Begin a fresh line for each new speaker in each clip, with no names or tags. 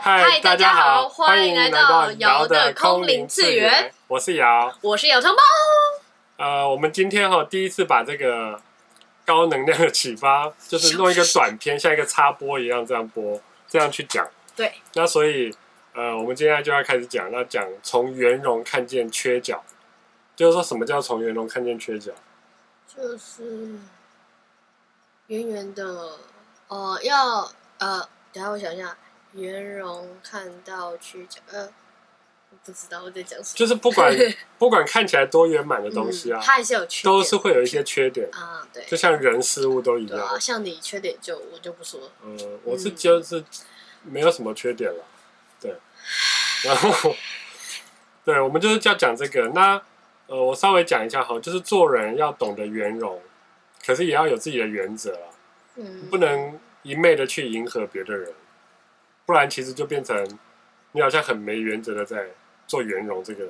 嗨，大家好，欢迎来到
瑶
瑶
的
的
空
空
灵
灵
次
次
元
元。我是瑶，
我是姚汤包。
呃，我们今天哈、第一次把这个高能量的启发，就是弄一个短片，像一个插播一样这样播，这样去讲。
对，
那所以呃，我们今天就要开始讲，那讲从圆融看见缺角，就是说什么叫从圆融看见缺角？
就是圆圆的，呃，要呃，等一下我想一下，圆融看到去讲，呃，我不知道我在讲什么。
就是不 管不管看起来多圆满的东西啊
嗯，它还是有缺点，
都是会有一些缺点，
啊，对，
就像人事物都一
对
样
啊，。像你缺点就我就不说了，
嗯，我是就是没有什么缺点了，对。 然后，对，我们就是要讲这个。那呃，我稍微讲一下哈，就是做人要懂得圆融，可是也要有自己的原则啊，
嗯，
不能一昧的去迎合别的人，不然其实就变成你好像很没原则的在做圆融这个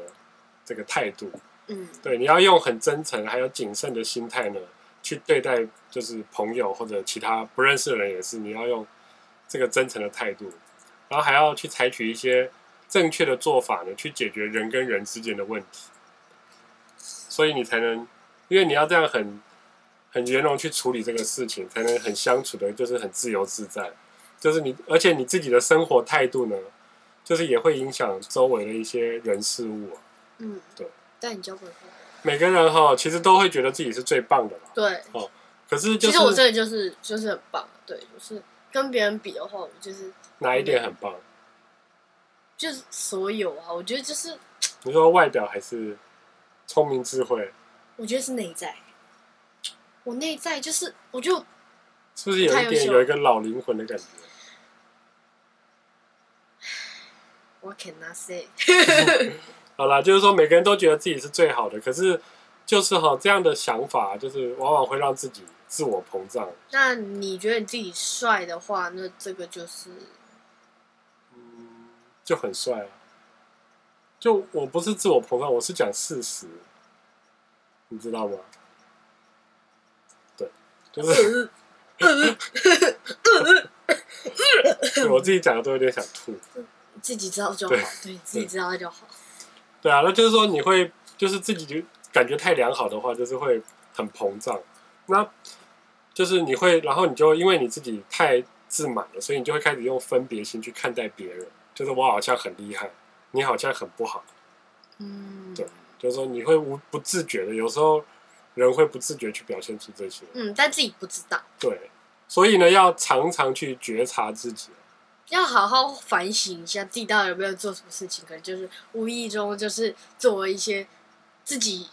这个态度。
嗯，
对，你要用很真诚还有谨慎的心态呢，去对待就是朋友或者其他不认识的人也是，你要用这个真诚的态度，然后还要去采取一些正确的做法呢，去解决人跟人之间的问题。所以你才能，因为你要这样很很圆融去处理这个事情，才能很相处的，就是很自由自在。就是你，而且你自己的生活态度呢，就是也会影响周围的一些人事物、啊。
嗯，
对，
但你教不会，
每个人哈，其实都会觉得自己是最棒的啦。
对，
可是就
其实我这
是
里就是就是很棒，对，就是跟别人比的话，我就是
哪一点很棒？
就是所有啊，我觉得就是
你说外表还是聪明智慧？
我觉得是内在，我内在就是，我就是
不是有一
太优
点
秀
有一个老灵魂的感觉？
我 cannot say，
好啦，就是说每个人都觉得自己是最好的，可是就是哈这样的想法，就是往往会让自己自我膨胀。
那你觉得你自己帅的话，那这个就是
嗯，就很帅啊。就我不是自我膨胀，我是讲事实，你知道吗？对，就是
呃
对我自己讲的都有点想吐。
自己知道就好，
对
对自己知道就好。
对啊，那就是说你会就是自己就感觉太良好的话，就是会很膨胀。那就是你会，然后你就因为你自己太自满了，所以你就会开始用分别心去看待别人，就是我好像很厉害，你好像很不好。
嗯，
对就是说你会无不自觉的，有时候人会不自觉去表现出这些。
嗯，但自己不知道，
对，所以呢，要常常去觉察自己。
要好好反省一下自己到底有没有做什么事情，可能就是无意中就是做了一些自己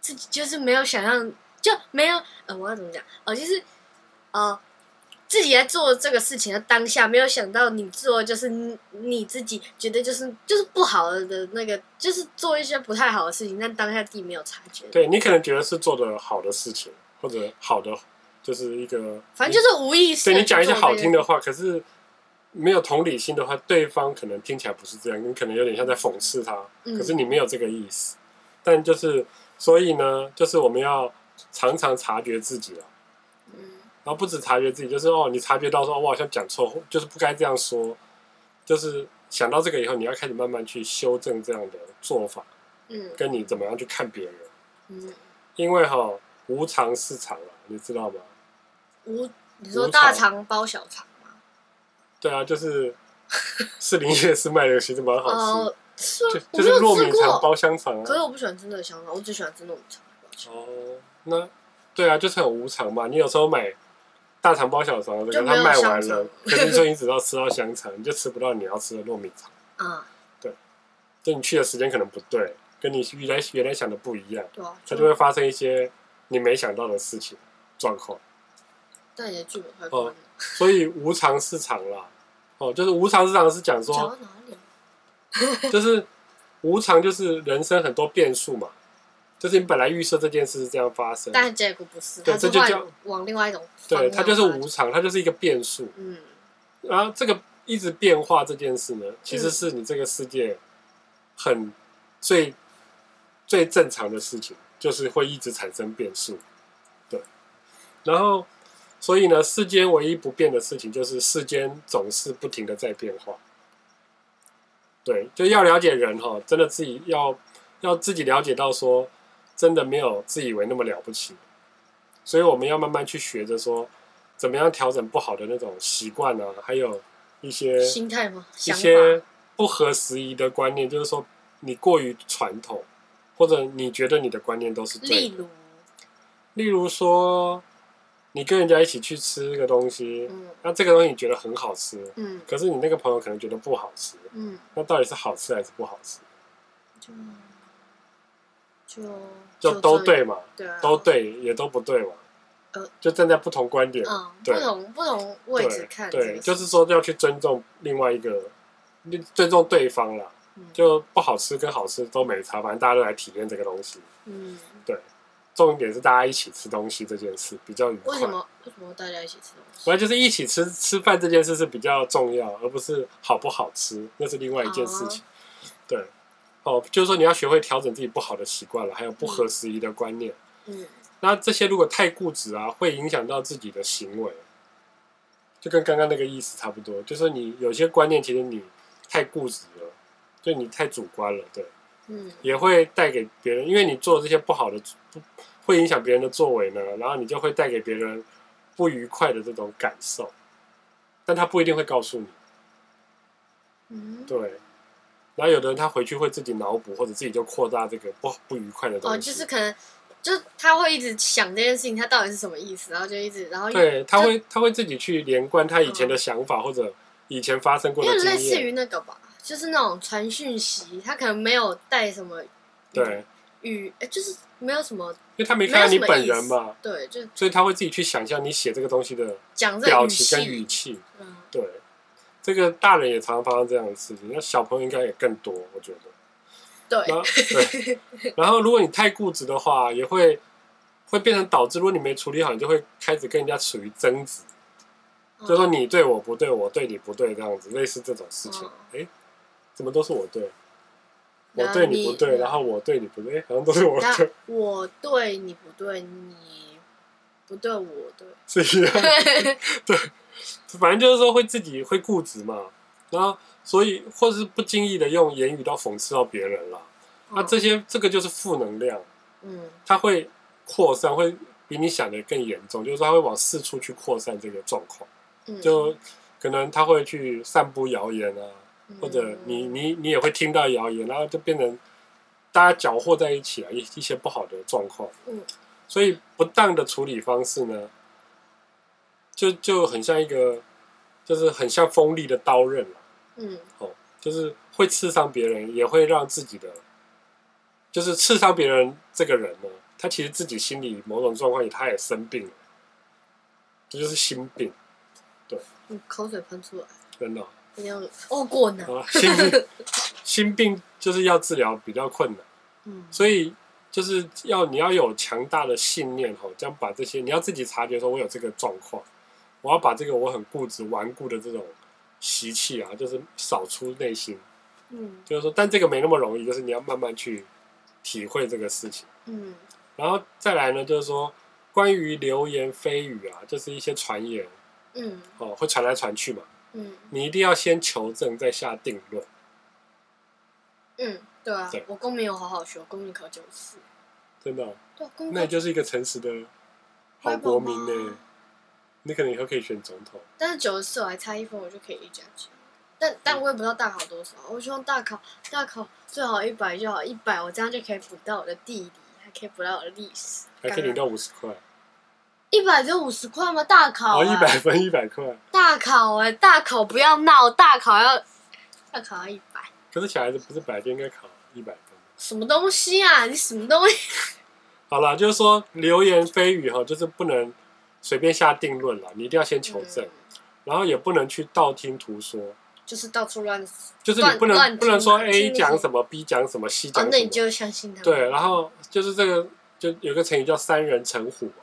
自己就是没有想象就没有呃，我要怎么讲？呃，就是呃，自己在做这个事情的当下，没有想到你做的就是你你自己觉得就是就是不好的那个，就是做一些不太好的事情，但当下自己没有察觉。，
对你可能觉得是做的好的事情，或者好的就是一个，
反正就是无意识。
对你讲一些好听的，话，可是没有同理心的话，对方可能听起来不是这样，你可能有点像在讽刺他，
嗯
可是你没有这个意思。但就是，所以呢，就是我们要常常察觉自己啊，
嗯，
然后不止察觉自己，就是哦，你察觉到说，哦我好像讲错，就是不该这样说，就是想到这个以后，你要开始慢慢去修正这样的做法，
嗯
跟你怎么样去看别人，
嗯，
因为哈、无常是常啊，你知道吗？
无你说
无
大
常
肠包小肠吗？
对啊，就是 士林夜市卖的其实蛮好吃的。
哦，是吗
就
我
就
没
是
有
糯
吃
米肠
过，
包香肠
可是
啊。
我不喜欢吃那个香肠，我只喜欢吃糯米肠包香
哦，那对啊，就是很无常嘛。你有时候买大肠包小肠，可
就是没有
它卖完
香
了
肠，
可是 说你只要吃到香肠，你就吃不到你要吃的糯米肠。
肠。啊，
就你去的时间可能不对，跟你原来原来想的不一样，
对啊，
它就会发生一些你没想到的事情状况。
但也剧本快关
哦
了。
所以无常市场啦，哦，就是无常市场是讲
讲到
说，
哪里？
就是无常就是人生很多变数嘛，就是你本来预设这件事是这样发生，
但结果不是，
对
它是
这就
换
叫
往另外一种方
对，
向
它就是
发展
无常，它就是一个变数。
嗯
然后啊这个一直变化这件事呢，其实是你这个世界很最最正常的事情，就是会一直产生变数。对，然后所以呢，世间唯一不变的事情就是世间总是不停的在变化，对，就要了解人哈，真的自己要要自己了解到说，真的没有自以为那么了不起，所以我们要慢慢去学着说，怎么样调整不好的那种习惯啊，还有一些
心态吗？
一
想
些
法
不合时宜的观念，就是说你过于传统，或者你觉得你的观念都是对
例
的。
如，
例如说，你跟人家一起去吃这个东西，
嗯
那这个东西你觉得很好吃，
嗯
可是你那个朋友可能觉得不好吃，
嗯，
那到底是好吃还是不好吃？
就就
就都
这样，
对嘛，
对啊，
都，对也都不对嘛
呃，
就站在不同观点，
嗯，不
对
同不同位置
对
看这个事，
对，就是说要去尊重另外一个，尊重对方啦，
嗯
就不好吃跟好吃都没差，反正大家都来体验这个东西。
嗯，
重点是大家一起吃东西这件事比较愉快。
为什么为什么大家一起吃东西？
反正就是一起吃吃饭这件事是比较重要，而不是好不好吃，那是另外一件
哦
事情。对，哦，就是说你要学会调整自己不好的习惯了，还有不合时宜的观念。
嗯
那这些如果太固执啊，会影响到自己的行为，就跟刚刚那个意思差不多。就是你有些观念，其实你太固执了，就你太主观了，对，
嗯
也会带给别人，因为你做这些不好的，不会影响别人的作为呢，然后你就会带给别人不愉快的这种感受，但他不一定会告诉你，
嗯，
对。然后有的人他回去会自己脑补，或者自己就扩大这个不不愉快的东
哦，
西，
就是可能。就是他会一直想这件事情，他到底是什么意思，然后就一直，然后
对，他会他会自己去连贯他以前的想法、或者以前发生过
因
的
为哦类
经
似
验，
于那个吧，就是那种传讯息，他可能没有带什么
对，
语，呃就是没有什么
因为他没看到你本人
没
嘛，
对，就
所以他会自己去想象你写这个东西的
讲这
表
个
情跟语
气，
气。
嗯，
对，这个大人也常常发生这样的事情，那小朋友应该也更多，我觉得。然
对，
后对，然后如果你太固执的话，也会会变成导致，如果你没处理好，你就会开始跟人家处于争执，就说
嗯
你对我不对，我对你不对，这样子，类似这种事情
嗯。
哎，怎么都是我对？我
然后
对你不对，
你嗯
然后我对你不对，诶好像都是我
那
对，
我对你不对，你不对我 对，
是一样的。对，反正就是说会自己会固执嘛，然后所以或是不经意的用言语到讽刺到别人了，那、
嗯
这些这个就是负能量，
嗯
它会扩散，会比你想的更严重，就是说它会往四处去扩散这个状况，
嗯，
就可能他会去散布谣言啊，
嗯
或者你你你也会听到谣言，然后就变成大家搅和在一起啊，一一些不好的状况。
嗯，
所以不当的处理方式呢，就就很像一个，就是很像锋利的刀刃了、
嗯
哦，就是会刺伤别人，也会让自己的，就是刺伤别人这个人呢，他其实自己心里某种状况也他也生病了，这就是心病，
嗯，口水喷出来，
真的哦、
一定要哦过脑，
啊，心病，心病就是要治疗比较困难，
嗯
所以就是要你要有强大的信念吼，这样把这些你要自己察觉说，我有这个状况，我要把这个我很固执顽固的这种习气啊，就是扫出内心，
嗯
就是说，但这个没那么容易，就是你要慢慢去体会这个事情。
嗯
然后再来呢，就是说关于流言蜚语啊，就是一些传言
嗯
哦，会传来传去嘛，
嗯
你一定要先求证再下定论。
嗯，对啊
对，
我公民有好好学，公民考九四，
真的哦、
对啊，公民
那
考
你就是一个诚实的好国民欸呢、你可能以后可以选总统。
啊但是九十四我还差一分，我就可以一加九。但
嗯
但我也不知道大考多少，我希望大考大考最好一百就好，一百我这样就可以补到我的地理，还可以补到我的历史。
还可以领到五十块，
一百只有五十块吗？大考、
哦，
啊，
一百分一百块。
大考哎、大考不要闹，大考要大考要一百，
可是小孩子不是本来就应该考一百分？
什么东西啊？你什么东西？
好啦，就是说流言蜚语哈，就是不能随便下定论啦，你一定要先求证，
嗯
然后也不能去道听途说，
就是到处乱死。
就是
乱
你不能
乱
不能说
听啊听
A
一些
讲什么，B 讲什么，C
哦
讲，什
那你
么。
就相信他。
对，然后就是这个，就有个成语叫三人成虎嘛，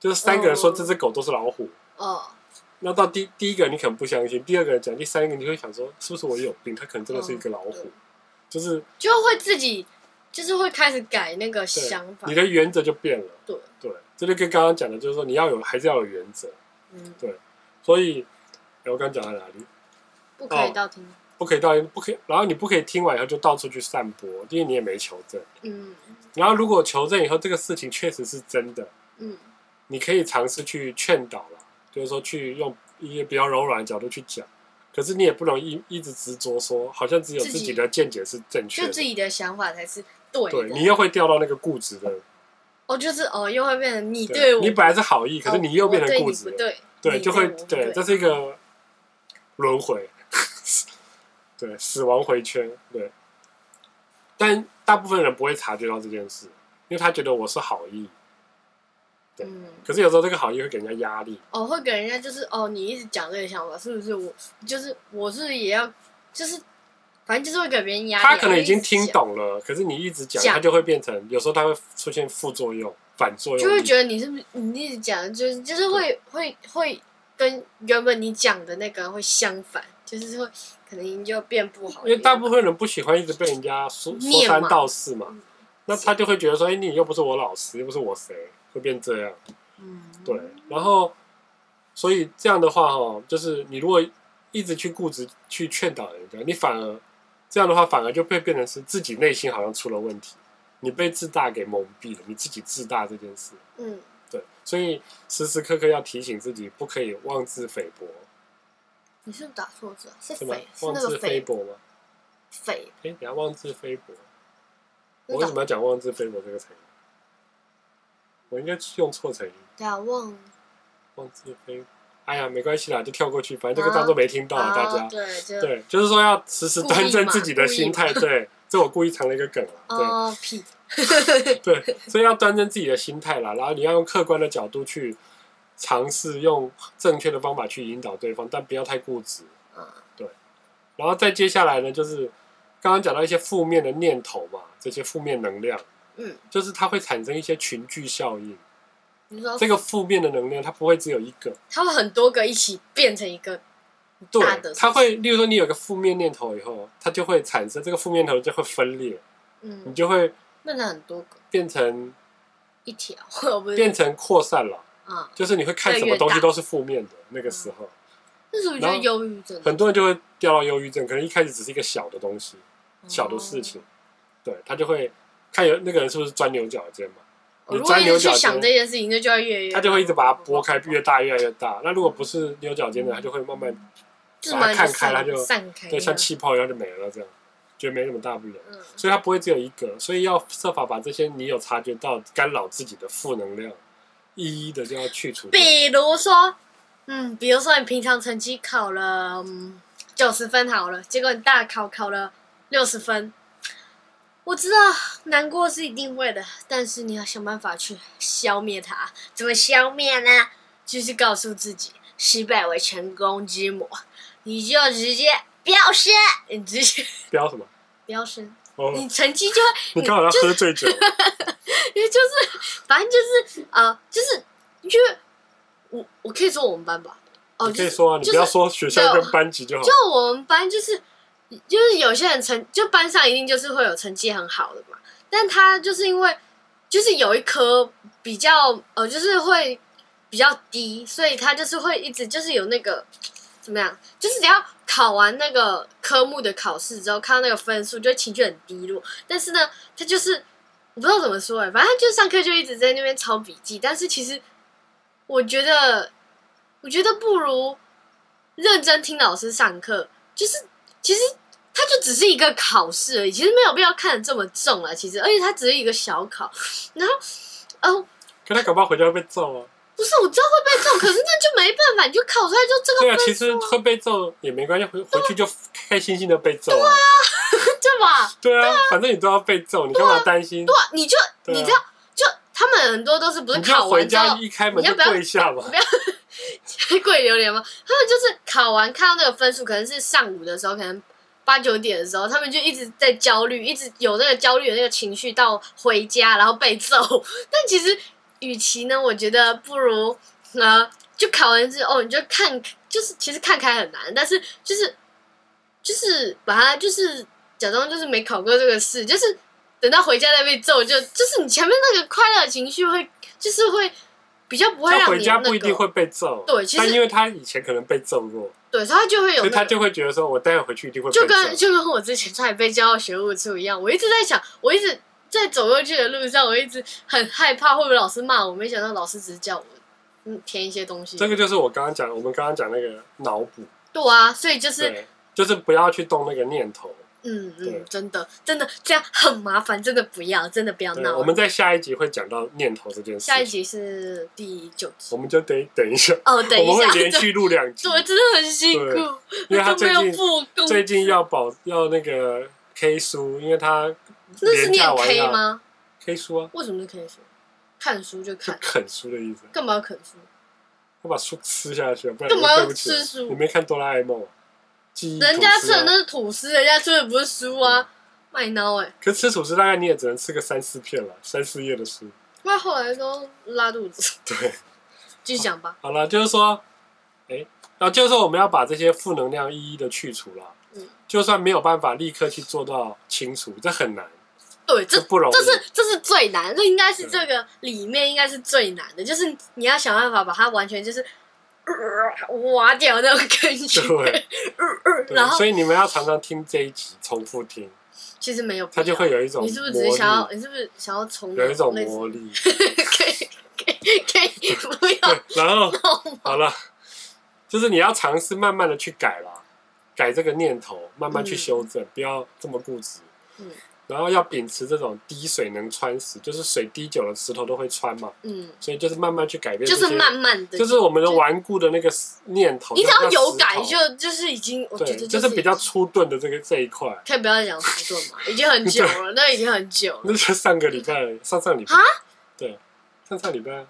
就是三个人说
哦
这只狗都是老虎，
哦，
那到第第一个你可能不相信，第二个人讲，第三个你会想说是不是我有病？他可能真的是一个老虎，
嗯
就是
就会自己就是会开始改那个
对
想法
你。的原则就变了。
对，
对，这就跟刚刚讲的，就是说你要有还是要有原则。
嗯，
所以，哎我刚讲到哪里？
不可以
哦
道听。
不可以到不可以，然后你不可以听完以后就到处去散播，因为你也没求证。
嗯
然后如果求证以后这个事情确实是真的，
嗯
你可以尝试去劝导啦，就是说去用一些比较柔软的角度去讲。可是你也不能一一直执着说，好像只有
自
自
己
己的见解是正确
就自
的，
己的想法才是对
对
的。
你又会掉到那个固执的。
哦，就是哦，又会变成你
对
我，
你本来是好意，可是
哦
你又变成
我
固
对
执
你
了
不，对，
对，
你
就会
我不
对，这是一个轮回， 对，死亡回圈，对。但大部分人不会察觉到这件事，因为他觉得我是好意，对
嗯，
可是有时候这个好意会给人家压力，
哦，会给人家就是哦，你一直讲这个想法，是不是我就是我是不是也要就是，反正就是会给别人压力啊。
他可能已经
一直
听
讲，
懂了，可是你一直讲，
讲
他就会变成有时候他会出现副作用、反作用力，
就会觉得你是不是你一直讲，就是就是会会会跟原本你讲的那个会相反，就是会可能就变不好。
因为大部分人不喜欢一直被人家说说
念嘛
三道四
嗯
嘛，那他就会觉得说，哎、你又不是我老师，又不是我谁，会变这样。
嗯，
对，然后所以这样的话哈，就是你如果一直去固执去劝导人家，你反而这样的话反而就会变成是自己内心好像出了问题，你被自大给蒙蔽了，你自己自大这件事。
嗯，
对，所以时时刻刻要提醒自己，不可以妄自菲薄，
你是不是打错字啊？是
是吗
匪，？是
妄
那个
自菲
匪
薄吗？
匪，
哎，等一下妄自菲薄，我
那
为什
个
么要讲妄自菲薄这个成语？我应该用错成语，
打忘
妄自菲薄。哎呀，没关系啦，就跳过去，反正就当做没听到了，大
啊，
家。
对，就
对，就是说要时时端正自己的心 态。对，这我故意藏了一个梗啊。
哦 屁，
对对，所以要端正自己的心态啦，然后你要用客观的角度去尝试用正确的方法去引导对方，但不要太固执。
嗯
然后再接下来呢，就是刚刚讲到一些负面的念头嘛，这些负面能量，
嗯，
就是它会产生一些群聚效应。
你说
这个负面的能量，它不会只有一个，
它会很多个一起变成一个
对
大的，
它会，例如说你有个负面念头以后，它就会产生这个负面头就会分裂，你
嗯，
就会
变成很多个
变成
一条，我不是
变成扩散了，
啊，
就是你会看什么东西都是负面的。那
嗯
个时候，
那是不是就是忧郁症？
很多人就会掉到忧郁症，可能一开始只是一个小的东西、小的
哦
事情，对他就会看有那个人是不是钻牛角尖嘛，
哦。我
你
如果
钻
一
牛
直去
角
想这
尖，
件事情，那就要越越，
他就会一直把它拨开，越大越来越大。那如果不是牛角尖的，他就会慢慢
嗯就是慢慢
把它看开它就
散开，
对像气泡一样就没了，这样觉得没什么大不了。
嗯
所以它不会只有一个，所以要设法把这些你有察觉到干扰自己的负能量，一一的就要去除掉。
比如说，嗯，比如说你平常成绩考了嗯九十、90分好了，结果你大考考了六十分，我知道难过是一定会的，但是你要想办法去消灭它。怎么消灭呢？就是告诉自己，失败为成功之母，你就直接飙升，你直接
标什么？
飙升，
哦，
你成绩就会，
你刚好要喝醉酒，
也就是反正就是呃，就是因为我我可以说我们班吧，哦，
你可
就
以
是。
说啊，你
就
不要说学校
就
跟班级就好
就。我们班就是就是有些人成就班上一定就是会有成绩很好的嘛，但他就是因为就是有一科比较呃就是会比较低，所以他就是会一直就是有那个怎么样，就是只要考完那个科目的考试之后，看到那个分数就会情绪很低落，但是呢，他就是我不知道怎么说哎、反正他就上课就一直在那边抄笔记，但是其实我觉得，我觉得不如认真听老师上课，就是其实它就只是一个考试而已，其实没有必要看得这么重啊。其实，而且它只是一个小考，然后，哦，
可他搞不好回家会被揍啊。
不是，我知道会被 中，可是那就没办法，你就考出来就这个
对啊，
分
其实会被揍也没关系，回回去就
啊
开开心心的被揍啊。
对吧？
对啊，反正你都要被揍，你干嘛担心？
哇，你就
对啊
你知道，就他们很多都是不是
你
啊考
就回
完之
家
后
一开门
你要
就
不要
跪下嘛。
跪榴莲吗？他们就是考完看到那个分数，可能是上午的时候，可能八九点的时候，他们就一直在焦虑，一直有那个焦虑的那个情绪，到回家然后被揍。但其实，与其呢，我觉得不如呃，就考完之后，哦，你就看，就是其实看开很难，但是就是就是把它就是假装就是没考过这个试，就是等到回家再被揍，就就是你前面那个快乐的情绪会就是会比较不会
他
让你、那
回家
个
不一定会被揍，
对其实
但因为他以前可能被揍过，
对，所以他就会有、
所
那
以
个，
他就会觉得说，我待会回去一定会
就
变
跟
瘦。
就跟我之前差点被叫到学务处一样，我一直在想，我一直在走过去的路上，我一直很害怕会不会老师骂我，没想到老师只是叫我嗯填一些东西。
这个就是我刚刚讲，我们刚刚讲那个脑补，
对啊，所以就是
对，就是不要去动那个念头。
嗯
对
嗯，真的真的这样很麻烦，真的不要，真的不要
对，
闹
我
了。
们在下一集会讲到念头这件事。
下一，集是第九集
我们就得等一下，
哦， 等一
我们
下，
会连续录两集
对，，我真的很辛
对
苦，
因为他
我 都没
最
有
近
复工，
最近要保要那个 K 书，因为他
那是
廉
念
价完
K
要
吗？
？K 书啊，
为什么是 K 书？看书就
就
看，
啃书的意思。
干嘛要啃书？
我把书吃下去，不然
干嘛
你
要
会对不起我
吃书
你没看哆啦 A 梦啊？记忆
人家
吐
吃
司啊
的那是吐司，人家吃的不是书啊，卖孬哎、欸！
可是吃吐司大概你也只能吃个三四片了，三四页的书。
那后来都拉肚 子。
对，
继续讲吧。
好了，就是说，哎、然后就是说我们要把这些负能量一一的去除了。
嗯
就算没有办法立刻去做到清除，这很难，
对，这
这不容易。
这是这是最难，这应该是这个里面应该是最难的，就是你要想办法把它完全就是、呃、挖掉那种感觉，
对
呃呃
对
然后
所以你们要常常听这一集，重复听，
其实没有必
它
要，
就会有一种
你是不是只是想要，你是不是想要从
有一种
类似
魔力。
可以可以可以不要
对，然 后好了，就是你要尝试慢慢的去改啦，改这个念头，慢慢去
嗯
修正，不要这么固执。
嗯
然后要秉持这种滴水能穿石，就是水滴久了石头都会穿嘛，
嗯，
所以就是慢慢去改变这
就
些，
是慢慢的，
就是我们的顽固的那个念头，
你只要
就是
有
那
改
个石头
就就是已经，我觉
对，
得
就是是比较粗钝的这个这一块。
可以不要再讲迟钝嘛，已 经很久了，那已经很久了。
那是上个礼拜，上上礼拜
啊，
对，上上礼拜，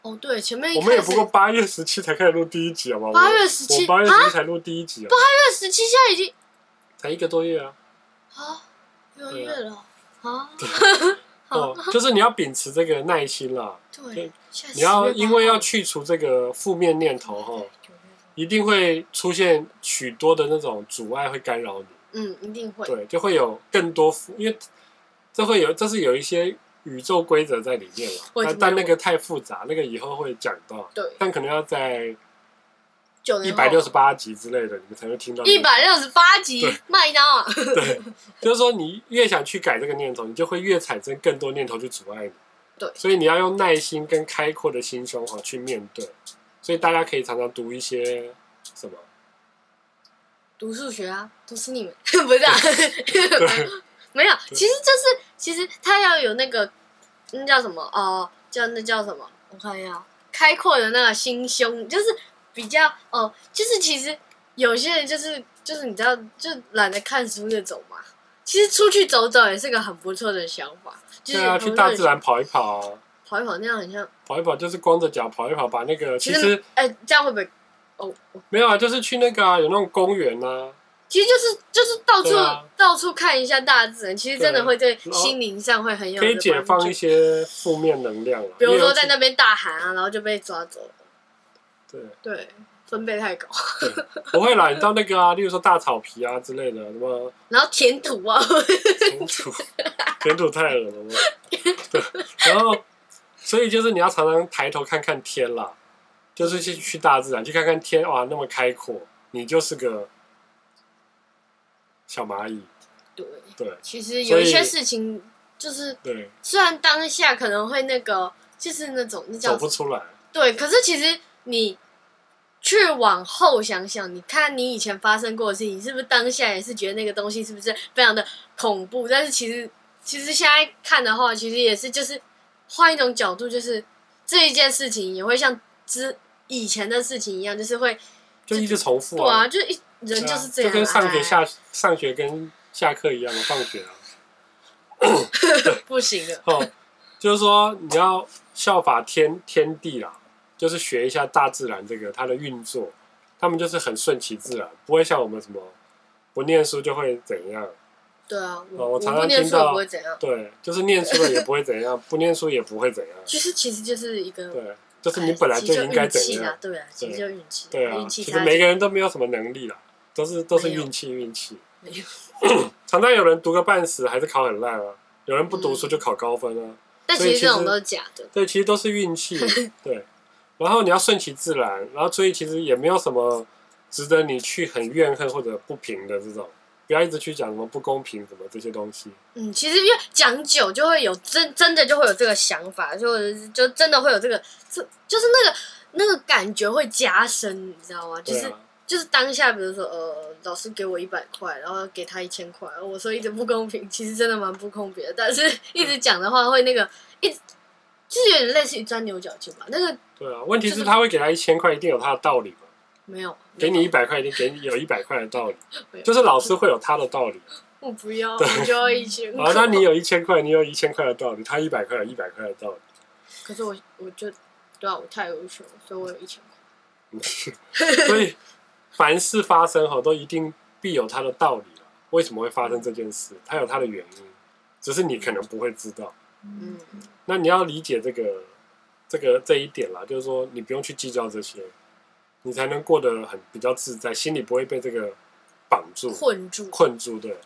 哦，对，前面一
我们也
开
不
始
过八月十七才开始录第一集，好不好？
八月十七
我八月
啊
十七才录第一集，八
二十七，现在已经
才一个多月啊。
啊六月了啊，
哦
好，
就是你要秉持这个耐心 啦，
对，现在
你要
10月八号
因为要去除这个负面念头哈，一定会出现许多的那种阻碍会干扰你，
嗯，一定会，
对，就会有更多负，因为这会有这是有一些宇宙规则在里面了，
我
但但那个太复杂，那个以后会讲到，
对，
但可能要在
九年
一
后
百六十八集之类的你们才会听到、
一百六十八集
对
麦当 啊，
对，就是说你越想去改这个念头，你就会越产生更多念头去阻碍你。
对
所以你要用耐心跟开阔的心胸哈去面对。所以大家可以常常读一些什么，
读数学啊，读死你们， 不是啊， 没有，其实就是其实他要有那个那叫什么哦，叫那叫什么？我看一下，哦开阔的那个心胸，就是比较哦、就是其实有些人就是就是你知道，就懒得看书那种嘛。其实出去走走也是个很不错的想法，就是
对啊，
很不
去
错
大
的
自然跑一跑啊，
跑一跑，那样很像。
跑一跑就是光着脚跑一跑，把那个其实
实，哎、这样会不会？哦，哦
没有啊，就是去那个啊，有那种公园啊，
其实就是就是到处、
对啊
到处看一下大自然，其实真的
对
会对
然后
心灵上会很有
可以
的
解
帮
放
助
一些负面能量啊。
比如
因为
说
有
在
些
那边大喊啊，然后就被抓走了。
对
对，分贝太高，
对，不会啦，你到那个啊，例如说大草皮啊之类的，什么
然后填土啊，
田土，田土太恶了嘛。 对，然后所以就是你要常常抬头看看天啦，就是去去大自然去看看天，哇，那么开阔，你就是个小蚂蚁，
对，
对
其实
所
有
以
一些事情就是，
对，
虽然当下可能会那个，就是那种那
走
叫
不出来，
对，可是其实你去往后想想，你看你以前发生过的事情，是不是当下也是觉得那个东西是不是非常的恐怖？但是其实其实现在看的话，其实也是就是换一种角度，就是这一件事情也会像之以前的事情一样，就是会。
就一直重复
对啊，就一人就是这样啊，
就跟上学
哎
下上学跟下课一样的放学啊。
不行了。
哦，就是说你要效法天天地啦，就是学一下大自然这个它的运作，他们就是很顺其自然，不会像我们什么不念书就会怎样，
对啊，
哦
我
我常常
不念
听
书也
到
不会怎样。
对，就是念书了也不会怎样，不念书也不会怎样，
其实其实就是一个，哎
对，就是你本来
其实
应该
运气
怎样
啦，，对啊，其实就运气，
对啊，
运气
其
差
实
劲。
每个人都没有什么能力啦，都是都是
没有
运气运气，
没有
常常有人读个半死还是考很烂啊，有人不读书就考高分啊。
但
所以
其
其
实这种
实
都是假的，
对，其实 都是运气，对。然后你要顺其自然，然后所以其实也没有什么值得你去很怨恨或者不平的这种，不要一直去讲什么不公平什么这些东西。
嗯，其实越讲久就会有真真的就会有这个想法，就就真的会有这个，就就是那个那个感觉会加深，你知道吗？就
对
是、
啊，
就是当下，比如说呃，老师给我一百块，然后给他一千块，我说一直不公平，其实真的蛮不公平的，但
嗯
是一直讲的话会那个一直。就是有点类似于钻牛角尖吧，那个
对啊。问题
就是
是他会给他一千块，一定有他的道理嘛？
没有
给你一，百块，一定给你有一百块的道理
没有，
就是老师会有他的道理。
我不要，我就要一千块。
啊，那你有一千块，你有一千块的道理，他一百块有一百块的道理。
可是我我就对啊，我太优秀了，所以我有一千块。
所以凡事发生哈，都一定必有它的道理啦为什么会发生这件事？它有它的原因，只是你可能不会知道。
嗯，
那你要理解这个这个这一点啦，就是说你不用去计较这些，你才能过得很比较自在，心里不会被这个绑住、
困住，
困住的，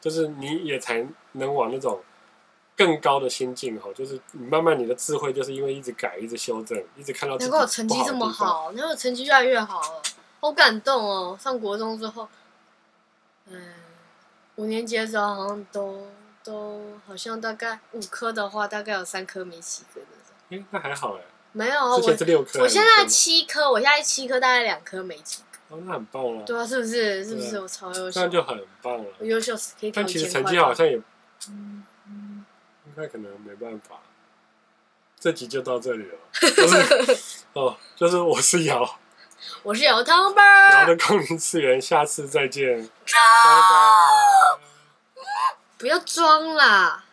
就是你也才能往那种。更高的心境哈，就是你慢慢你的智慧，就是因为一直改、一直修正、一直看到自
难
己
怪我成绩这么
不好的地方，
好，难怪我成绩越来越好了，好感动哦！上国中之后，嗯，五年级的时候好像都都好像大概五科的话，大概有三科没及格那种。
哎、那还好哎、
没有啊，
之前
我
是六颗，
我现在
还是
七科，我现在七科大概两科没及格。
五颗吗哦，那很棒啊，
对啊，是不是？是不是？
对啊
我超优
这样
秀，
就很棒了
我。优秀死可以考
但
一
其实
千
成
块
绩好
吧。
像也，应该可能没办法。这集就到这里 了，就是哦，就是我是瑶
我是姚汤包
瑶
儿，
的空灵次元， 下次再见，拜拜。
不要装啦。